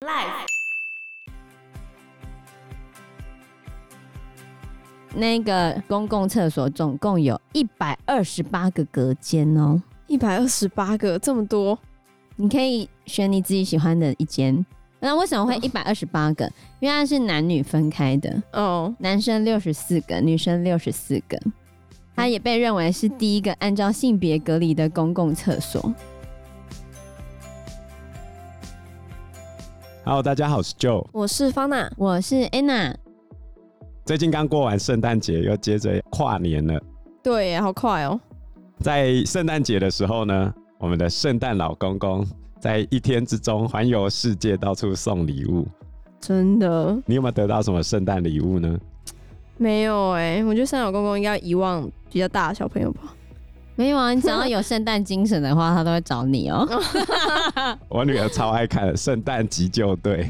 Life 那个公共厕所总共有一百二十八个隔间哦，一百二十八个，这么多，你可以选你自己喜欢的一间。那为什么会一百二十八个？因为它是男女分开的，哦，男生六十四个，女生六十四个。它也被认为是第一个按照性别隔离的公共厕所。 Hello，大家好，我是 Joe。我啊是方娜，我是 Anna，最近刚过完圣诞节，又接着跨年了。对耶，好快哦，在圣诞节的时候呢，我们的圣诞老公公在一天之中环游世界，到处送礼物。真的你有没有得到什么圣诞礼物呢？没有哎，我觉得三角公公应该遗忘比较大的小朋友吧，没有啊，你只要有圣诞精神的话，他都会找你哦、我女儿超爱看的《圣诞急救队》，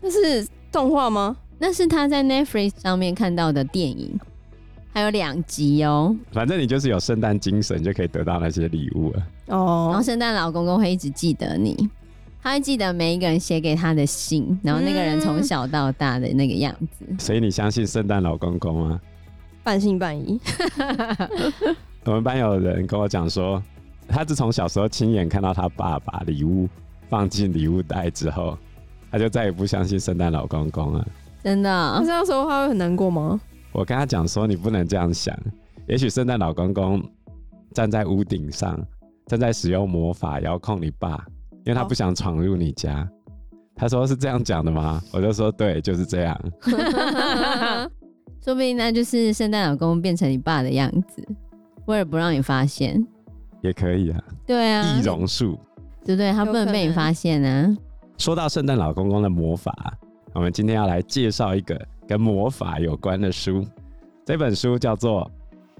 那是动画吗？那是他在 Netflix 上面看到的电影，还有两集哦、反正你就是有圣诞精神，就可以得到那些礼物了。然后哦，圣诞老公公会一直记得你，他会记得每一个人写给他的信，然后那个人从小到大的那个样子。所以你相信圣诞老公公吗？半信半疑，我们班有人跟我讲说，他自从小时候亲眼看到他爸把礼物放进礼物袋之后，他就再也不相信圣诞老公公了。真的那哦、这样说他会很难过吗？我跟他讲说，你不能这样想。也许圣诞老公公站在屋顶上，正在使用魔法遥控你爸，因为他不想闯入你家。他说是这样讲的吗？我就说对，就是这样。说不定那就是圣诞老公公变成你爸的样子，为了不让你发现。也可以啊，对啊易，容术。对不对？他不能被你发现啊。说到圣诞老公公的魔法，我们今天要来介绍一个跟魔法有关的书。这本书叫做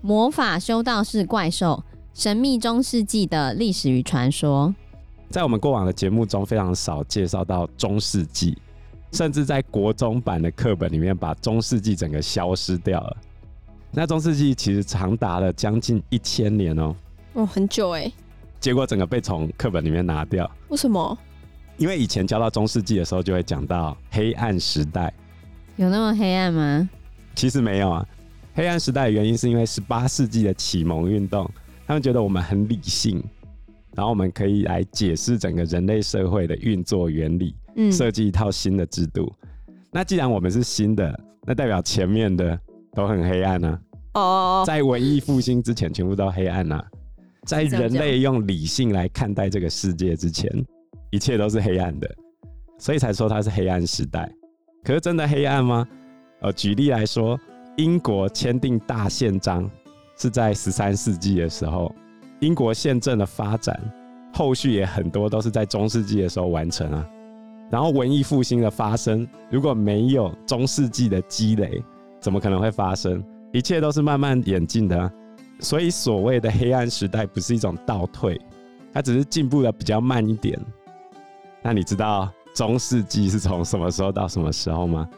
魔法修道士怪兽：神秘中世纪的历史与传说。在我们过往的节目中非常少介绍到中世纪，甚至在国中版的课本里面把中世纪整个消失掉了。那中世纪其实长达了将近一千年哦，哦，很久哎，结果整个被从课本里面拿掉，为什么？因为以前教到中世纪的时候就会讲到黑暗时代，有那么黑暗吗？其实没有啊。黑暗时代的原因是因为十八世纪的启蒙运动，他们觉得我们很理性，然后我们可以来解释整个人类社会的运作原理，嗯，设计一套新的制度。那既然我们是新的，那代表前面的都很黑暗啊，哦，在文艺复兴之前，全部都黑暗啊。在这样人类用理性来看待这个世界之前，一切都是黑暗的，所以才说它是黑暗时代。可是真的黑暗吗？呃，举例来说，英国签订大宪章是在十三世纪的时候，英国宪政的发展，后续也很多都是在中世纪的时候完成啊。然后文艺复兴的发生，如果没有中世纪的积累，怎么可能会发生？一切都是慢慢演进的啊、所以所谓的黑暗时代不是一种倒退，它只是进步的比较慢一点。那你知道中世纪是从什么时候到什么时候吗？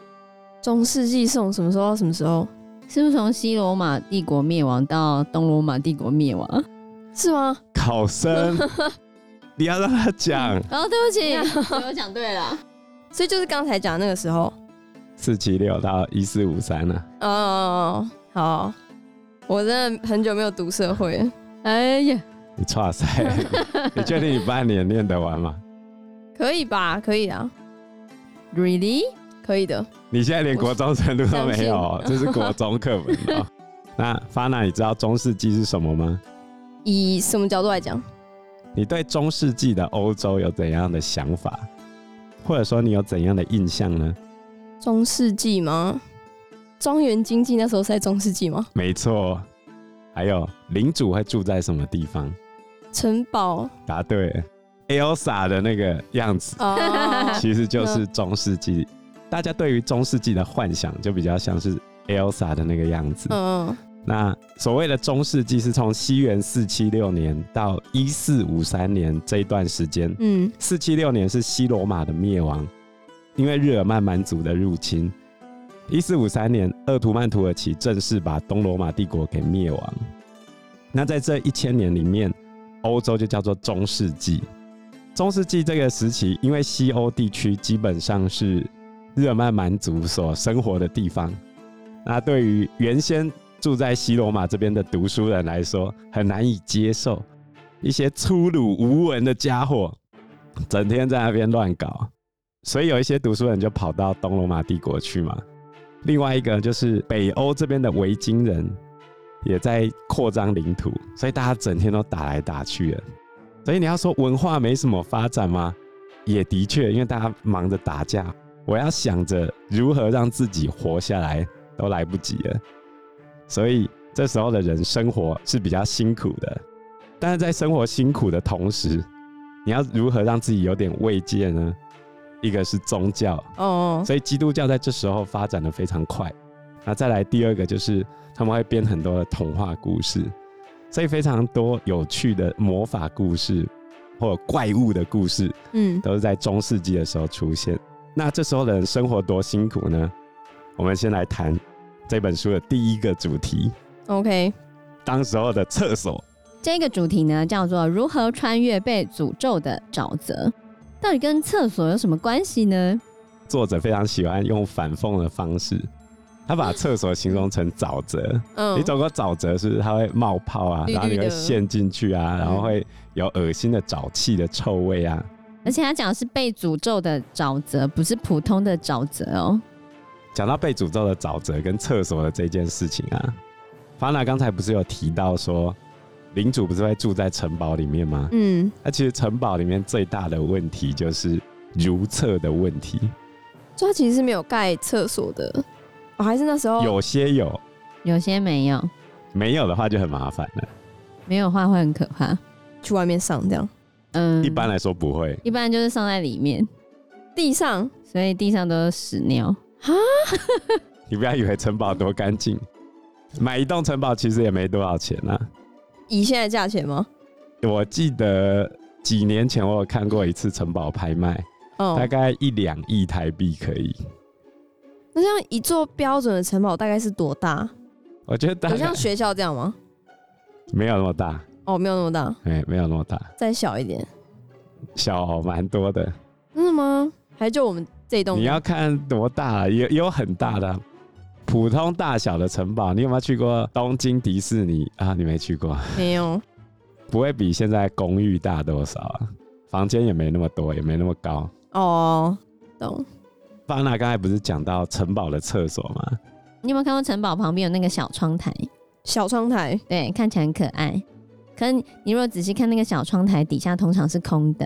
中世纪是从什么时候到什么时候？是不是从西罗马帝国灭亡到东罗马帝国灭亡？是吗？考生，你要让他讲 哦，对不起， 我讲对了。所以就是刚才讲的那个时候，四七六到一四五三啊呢？哦，好，我真的很久没有读社会了，哎呀，你哇塞，你确定你半年念得完吗？可以吧？可以啊， Really？可以的。你现在连国中程度都没有哦，我这是国中课本哦。那发娜，你知道中世纪是什么吗？以什么角度来讲？你对中世纪的欧洲有怎样的想法，或者说你有怎样的印象呢？中世纪吗？庄园经济那时候是在中世纪吗？没错，还有领主会住在什么地方？城堡答对了，Elsa 的那个样子哦其实就是中世纪。大家对于中世纪的幻想就比较像是 Elsa 的那个样子。 嗯，那所谓的中世纪是从西元四七六年到一四五三年这一段时间，嗯四七六年是西罗马的灭亡，因为日耳曼蛮族的入侵。一四五三年，鄂图曼土耳其正式把东罗马帝国给灭亡。那在这一千年里面，欧洲就叫做中世纪。中世纪这个时期，因为西欧地区基本上是日耳曼蛮族所生活的地方，那对于原先住在西罗马这边的读书人来说，很难以接受一些粗鲁无闻的家伙， 整天在那边乱搞，所以有一些读书人就跑到东罗马帝国去嘛。另外一个就是北欧这边的维京人也在扩张领土，所以大家整天都打来打去的。所以你要说文化没什么发展吗？也的确，因为大家忙着打架，我要想着如何让自己活下来都来不及了。所以这时候的人生活是比较辛苦的，但是在生活辛苦的同时，你要如何让自己有点慰藉呢？一个是宗教，哦，所以基督教在这时候发展的非常快。那再来第二个就是他们会编很多的童话故事，所以非常多有趣的魔法故事或者怪物的故事嗯，都是在中世纪的时候出现。那这时候的人生活多辛苦呢？我们先来谈这本书的第一个主题， OK，当时候的厕所。这个主题呢叫做“如何穿越被诅咒的沼泽”，到底跟厕所有什么关系呢？作者非常喜欢用反讽的方式，他把厕所形容成沼泽。嗯，你走过沼泽是不是它会冒泡啊，绿绿然后你会的嗯陷进去啊，然后会有恶心的沼气的臭味啊。而且他讲的是被诅咒的沼泽，不是普通的沼泽哦。讲到被诅咒的沼泽跟厕所的这件事情啊，法娜刚才不是有提到说，领主不是会住在城堡里面吗？嗯，那、其实城堡里面最大的问题就是如厕的问题，所以它其实是没有盖厕所的，哦，还是那时候有些有，有些没有，没有的话就很麻烦了。没有的话会很可怕。去外面上这样，嗯，一般来说不会，一般就是上在里面，地上所以地上都是屎尿。你不要以为城堡多干净，买一栋城堡其实也没多少钱啊。以现在价钱吗？我记得几年前我有看过一次城堡拍卖，哦大，概一两亿台币可以。那这样一座标准的城堡大概是多大？我觉得大有概像学校这样吗？没有那么大，哦，没有那么大，哎、没有那么大，再小一点。小蛮多的。真的吗？还就我们这一栋？你要看多大，也也有很大的啊、普通大小的城堡。你有没有去过东京迪士尼啊？你没去过，没有？不会比现在公寓大多少啊？房间也没那么多，也没那么高。哦，懂。巴娜刚才不是讲到城堡的厕所吗？你有没有看过城堡旁边有那个小窗台？小窗台，对，看起来很可爱。可是你如果仔细看那个小窗台底下，通常是空的，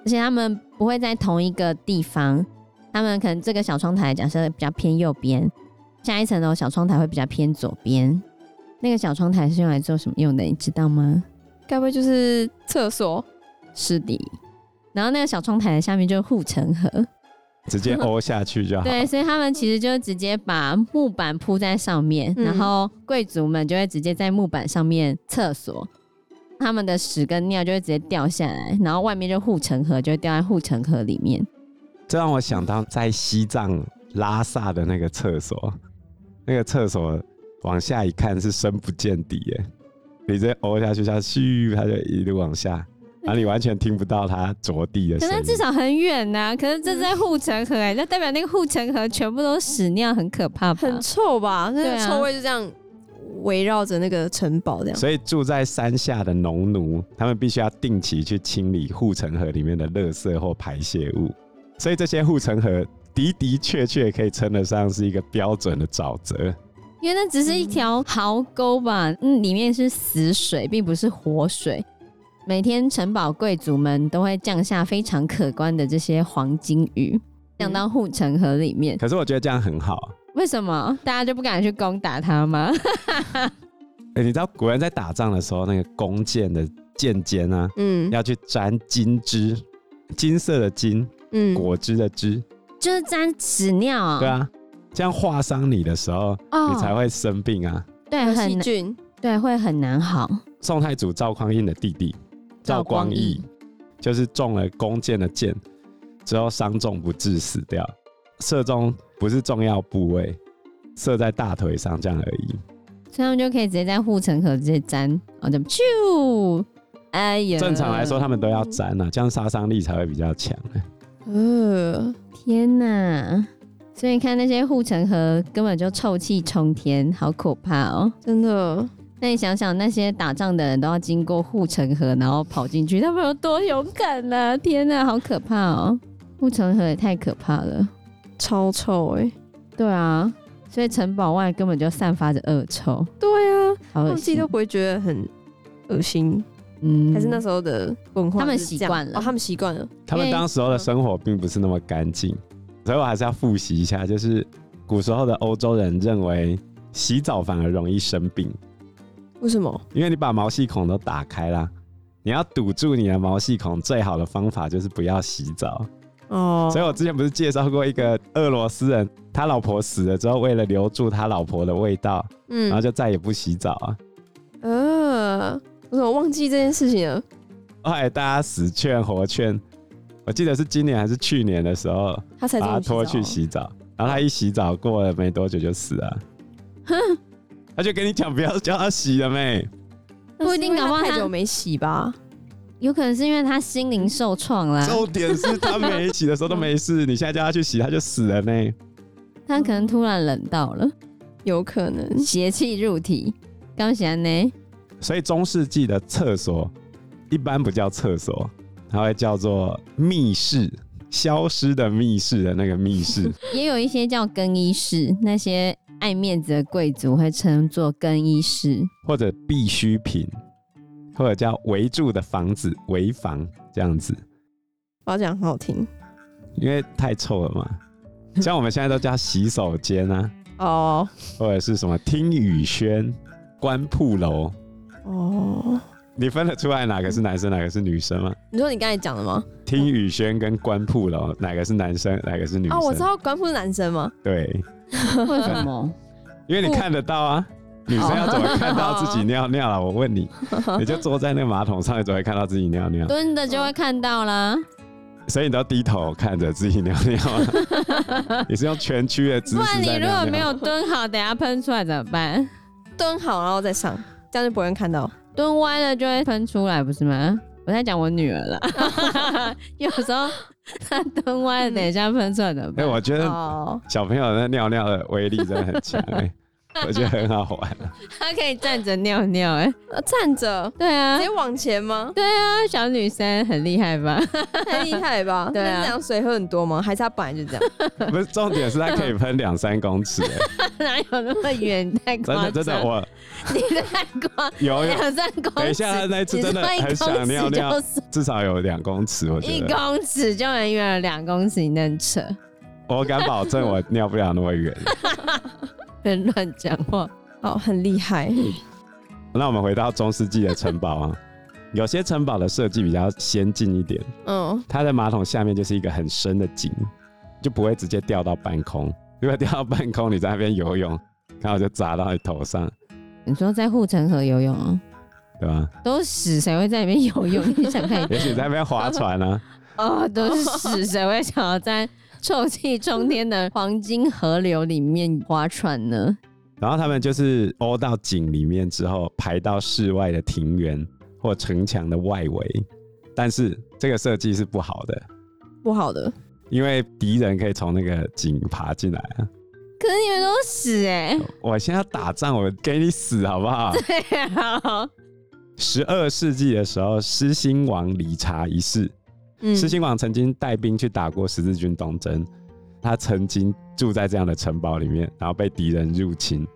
而且他们不会在同一个地方。他们可能这个小窗台假设比较偏右边，下一层楼小窗台会比较偏左边。那个小窗台是用来做什么用的？你知道吗？该不会就是厕所？是的。然后那个小窗台的下面就是护城河，直接凹下去就 好。对，所以他们其实就直接把木板铺在上面，嗯然后贵族们就会直接在木板上面厕所，他们的屎跟尿就会直接掉下来，然后外面就护城河就会掉在护城河里面。这让我想到在西藏拉萨的那个厕所，那个厕所往下一看是深不见底耶，你直接凹下去，它咻，它就一路往下，然后你完全听不到它着地可的声是音。至少很远呐、可是这是在护城河、欸，那代表那个护城河全部都是屎尿，很可怕吧？很臭吧？那对个啊臭味就这样围绕着那个城堡这样。所以住在山下的农奴，他们必须要定期去清理护城河里面的垃圾或排泄物，所以这些护城河的的确确可以称得上是一个标准的沼泽。因为那只是一条壕沟吧，嗯，里面是死水，并不是活水。每天城堡贵族们都会降下非常可观的这些黄金鱼，降到护城河里面。可是我觉得这样很好，啊为什么大家就不敢去攻打它吗？欸，你知道古人在打仗的时候，那个弓箭的箭尖啊，嗯要去沾金汁，金色的金，嗯，果汁的汁， 就是沾屎尿、对，啊，这样划伤你的时候，哦你才会生病啊。对，有很细难菌。对，会很难好。宋太祖赵匡胤的弟弟赵赵光光义义，就是中了弓箭的箭之后伤重不治死掉，射中不是重要部位，射在大腿上这样而已。所以他们就可以直接在护城河直接沾，然后就咻，哎呦，正常来说，他们都要粘啊，这样杀伤力才会比较强。呃，天哪！所以看那些护城河根本就臭气冲天，好可怕哦！真的，那你想想，那些打仗的人都要经过护城河，然后跑进去，他们有多勇敢呢、天哪，好可怕哦！护城河也太可怕了。超臭哎、对啊，所以城堡外根本就散发着恶臭，对啊，好他恶们自己心都。不会觉得很恶心，嗯还是那时候的文化他们就是这习样惯了哦，他们习惯了，他们当时候的生活并不是那么干净，所以我还是要复习一下，就是古时候的欧洲人认为洗澡反而容易生病，为什么？因为你把毛细孔都打开啦。你要堵住你的毛细孔，最好的方法就是不要洗澡。哦，所以我之前不是介绍过一个俄罗斯人，他老婆死了之后，为了留住他老婆的味道，然后嗯，就再也不洗澡啊。呃，我怎么忘记这件事情了？后来大家死劝活劝，我记得是今年还是去年的时候，他才把这么他拖去洗澡，哦然后他一洗澡过了没多久就死了。 他就跟你讲不要叫他洗了没？那不一是定因为搞不好他太他久没洗吧？有可能是因为他心灵受创啦，重点是他没洗的时候都没事，你现在叫他去洗他就死了呢。他可能突然冷到了，有可能邪气入体。刚想呢，所以中世纪的厕所一般不叫厕所，它会叫做密室，消失的密室的那个密室。也有一些叫更衣室，那些爱面子的贵族会称作更衣室。或者必需品，或者叫围住的房子、围房这样子，我要讲很好听因为太臭了嘛。像我们现在都叫洗手间啊，哦或者是什么听雨轩、官铺楼，哦。你分得出来哪个是男生，哪个是女生吗？你说你刚才讲的吗？听雨轩跟官铺楼，哪个是男生，哪个是女生？哦，我知。道官夫是男生吗？对，为什么？因为你看得到啊，女生要怎么看到自己尿尿啊？我问你，你就坐在那个马桶上，你怎么会看到自己尿 尿？ 蹲的就会看到啦。所以你都低头看着自己尿尿啊，你是用全区的姿不势然在啊你如尿果没尿。有蹲好，等下喷出来怎么 办？蹲好然后再上，这样就不会看到。蹲歪了就会喷出来，不是吗？我在讲我女儿啦， 有时候她蹲歪了，等一下喷出来怎么哎、办？我觉得哦，小朋友那尿尿的威力真的很强、哎，我觉得很好玩。她可以站着尿尿、哎，呃站着对啊直，接往前吗？对啊，小女生很厉害吧？ 太厉害了吧？对啊那这样水喝很多吗？还是他本来就这 样？不是重点是它可以喷两三公尺、哎，哪有那么远？太 真夸的张，真的，我你太夸有 有 两三公尺，等一下那一次真的很想尿你说尿一公尺就至少有两公尺，我是一觉得公尺就很远了，两公尺你能扯？ 我敢保证我尿不了那么远。 别乱讲话。哦，很厉害。那我们回到中世纪的城堡啊，有些城堡的设计比较先进一点，嗯，它的马桶下面就是一个很深的井，就不会直接掉到半空。 如果掉到半空，你在那边游泳，然后就砸到你头上，你说在护城河游泳啊？对吧？都死，谁会在里面游泳？你想 看一也许你在那边划船 啊，哦，都是屎，谁会想要在臭气冲天的黄金河流里面划船呢？ 然后他们就是欧到井里面之后，排到室外的庭园或城墙的外围。但是这个设计是不好的，不好的，因为敌人可以从那个井爬进来啊。可是你们都死哎、我现在要打仗，我给你死好不好？对啊，十二世纪的时候，狮心王理查一世嗯狮心王曾经带兵去打过十字军东征，他曾经住在这样的城堡里面，然后被敌人入侵，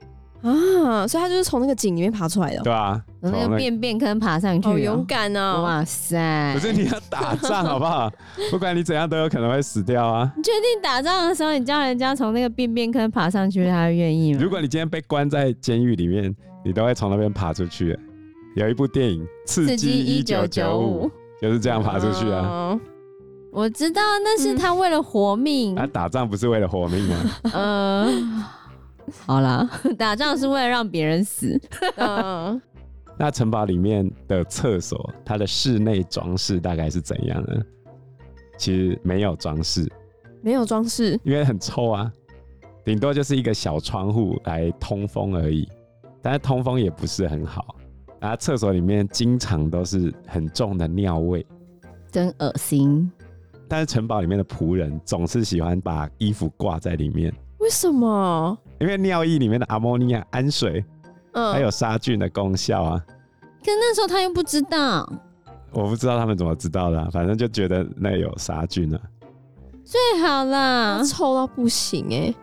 啊，所以他就是从那个井里面爬出来的哦。对啊，我那从个那便便坑爬哦上去、哦好勇！敢啊！哇塞！可是你要打仗好不好？不管你怎样都有可能会死掉啊！你确定打仗的时候，你叫人家从那个便便坑爬上去，他会愿意吗？如果你今天被关在监狱里面，你都会从那边爬出去的。有一部电影《刺激一九九五》，就是这样爬出去啊！嗯。我知道那是他为了活命。啊，打仗不是为了活命啊 吗？嗯，好啦， 打仗是为了让别人死。嗯，那城堡里面的厕所，它的室内装饰大概是怎样呢？其实没有装饰，没有装饰，因为很臭啊，顶多就是一个小窗户来通风而已，但是通风也不是很好。然后厕所里面经常都是很重的尿味，真恶心。但是城堡里面的仆人总是喜欢把衣服挂在里面，为什么？因为尿液里面的阿莫尼亚、氨水嗯，还有杀菌的功效啊。可那时候他又不知道，我不知道他们怎么知道的啊、反正就觉得那有杀菌啊。最好啦它。臭到不行哎、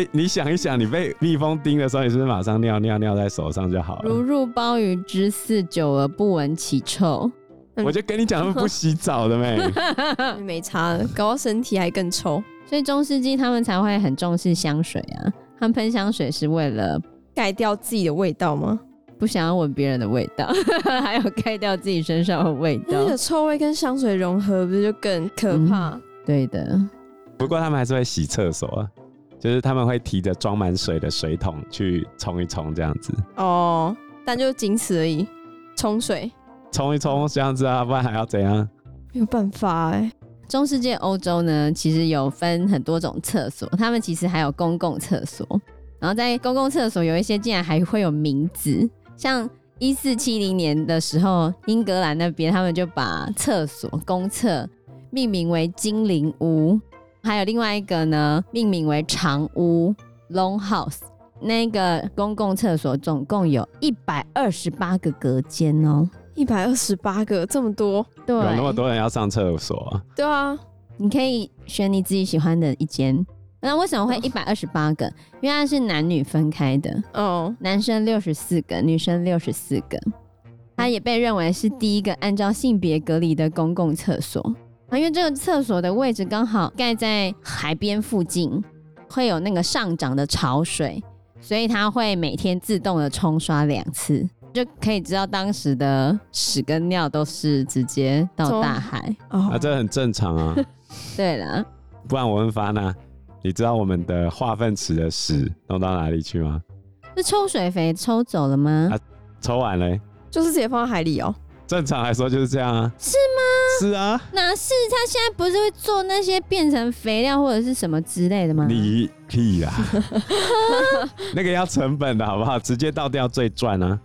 哎、你想一想，你被蜜蜂叮的时候，你是不是马上尿尿尿在手上就好如了？入鲍鱼之肆，久而不闻其臭。我就跟你讲，他们不洗澡的没。啊没差了，搞到身体还更臭，所以中世纪他们才会很重视香水啊，他们喷香水是为了盖掉自己的味道吗？不想要闻别人的味道， 还有盖掉自己身上的味道那。个臭味跟香水融合，不是就更可怕？对的，不过他们还是会洗厕所啊，就是他们会提着装满水的水桶去冲一冲，这样子，哦，但就仅此而已。冲水冲一冲这样子啊，不然还要怎样？没有办法哎、中世纪欧洲呢，其实有分很多种厕所，他们其实还有公共厕所，然后在公共厕所有一些竟然还会有名字，像一四七零年的时候，英格兰那边他们就把厕所公厕命名为精灵屋，还有另外一个呢命名为长屋 （Long House）。那个公共厕所总共有一百二十八个隔间哦，一百二十八个，这么多，对，有那么多人要上厕所啊、对啊，你可以选你自己喜欢的一间。那为什么会一百二十八个？因为它是男女分开的，哦，男生六十四个，女生六十四个。它也被认为是第一个按照性别隔离的公共厕所啊，因为这个厕所的位置刚好盖在海边附近，会有那个上涨的潮水，所以它会每天自动的冲刷两次，就可以知道当时的屎跟尿都是直接到从大海。哦，啊，这很正常啊。对了，不然我问发娜，你知道我们的化粪池的屎弄到哪里去吗？是抽水肥抽走了吗？啊抽完嘞，就是直接放到海里哦。正常来说就是这样啊。是吗？是啊，哪是他现在不是会做那些变成肥料或者是什么之类的吗？你 屁啦，那个要成本的好不好？直接倒掉最赚啊。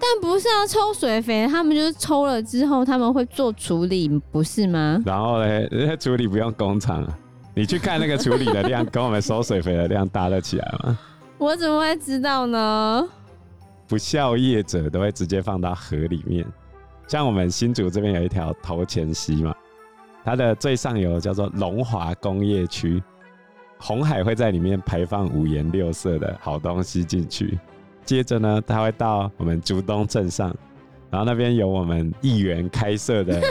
但不是啊，抽水肥他们就是抽了之后他们会做处理，不是吗？然后嘞， 人家处理不用工厂啊。你去看那个处理的量，跟我们收水肥的量搭得起来吗？我怎么会知道呢？不孝业者都会直接放到河里面。像我们新竹这边有一条头前溪嘛，它的最上游叫做龙华工业区，红海会在里面排放五颜六色的好东西进去。接着呢，它会到我们竹东镇上，然后那边有我们议员开 设的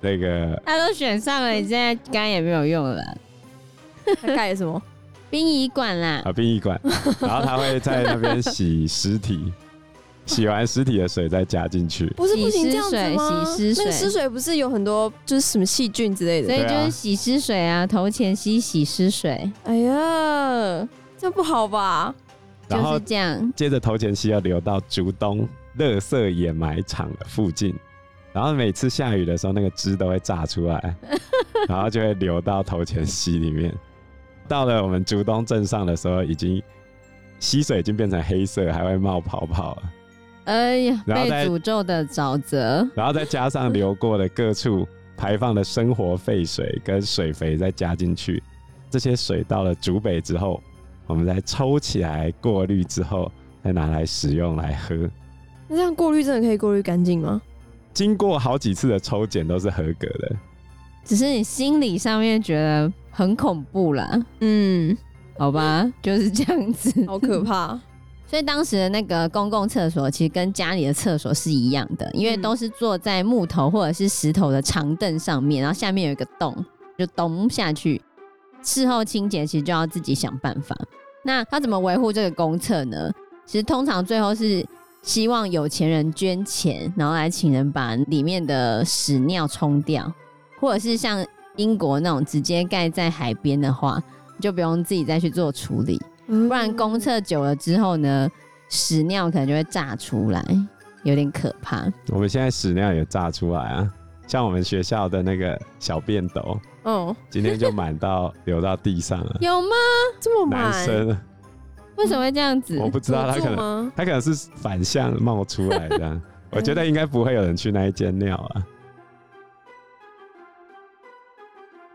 那个他都选上了，你现在干也没有用了。它盖了什么？殡仪馆啦，啊殡仪馆，然后他会在那边洗尸体，洗完尸体的水再加进去。 不是洗不行尸这样子水吗？洗尸那个水湿水不是有很多就是什么细菌之类所的？以就对啊是洗尸水啊，头前洗洗尸水，哎呀，这不好吧？然就后是这样。接着头前溪要流到竹东垃圾掩埋场的附近，然后每次下雨的时候，那个汁都会炸出来，然后就会流到头前溪里面。到了我们竹东镇上的时候，已经溪水已经变成黑色，还会冒泡泡了。哎呀，然后被再诅咒的沼泽，然后再加上流过的各处排放的生活废水跟水肥再加进去，这些水到了竹北之后，我们再抽起来过滤之后，再拿来使用来喝。那这样过滤真的可以过滤干净吗？经过好几次的抽检都是合格的，只是你心理上面觉得很恐怖啦。嗯，好吧，就是这样子。好可怕。所以当时的那个公共厕所其实跟家里的厕所是一样的，因为嗯都是坐在木头或者是石头的长凳上面，然后下面有一个洞，就咚下去。事后清洁其实就要自己想办法。那他怎么维护这个公厕呢？其实通常最后是希望有钱人捐钱，然后来请人把里面的屎尿冲掉，或者是像英国那种直接盖在海边的话，你就不用自己再去做处理。不不然公厕久了之后呢，屎尿可能就会炸出来，有点可怕。我们现在屎尿也炸出来啊，像我们学校的那个小便斗，哦，今天就满到流到地上了。有吗？这么男 满，生，为什么会这样子？我不知道他怎可么做能吗？他可能是反向冒出来的啊，我觉得应该不会有人去那一间尿啊。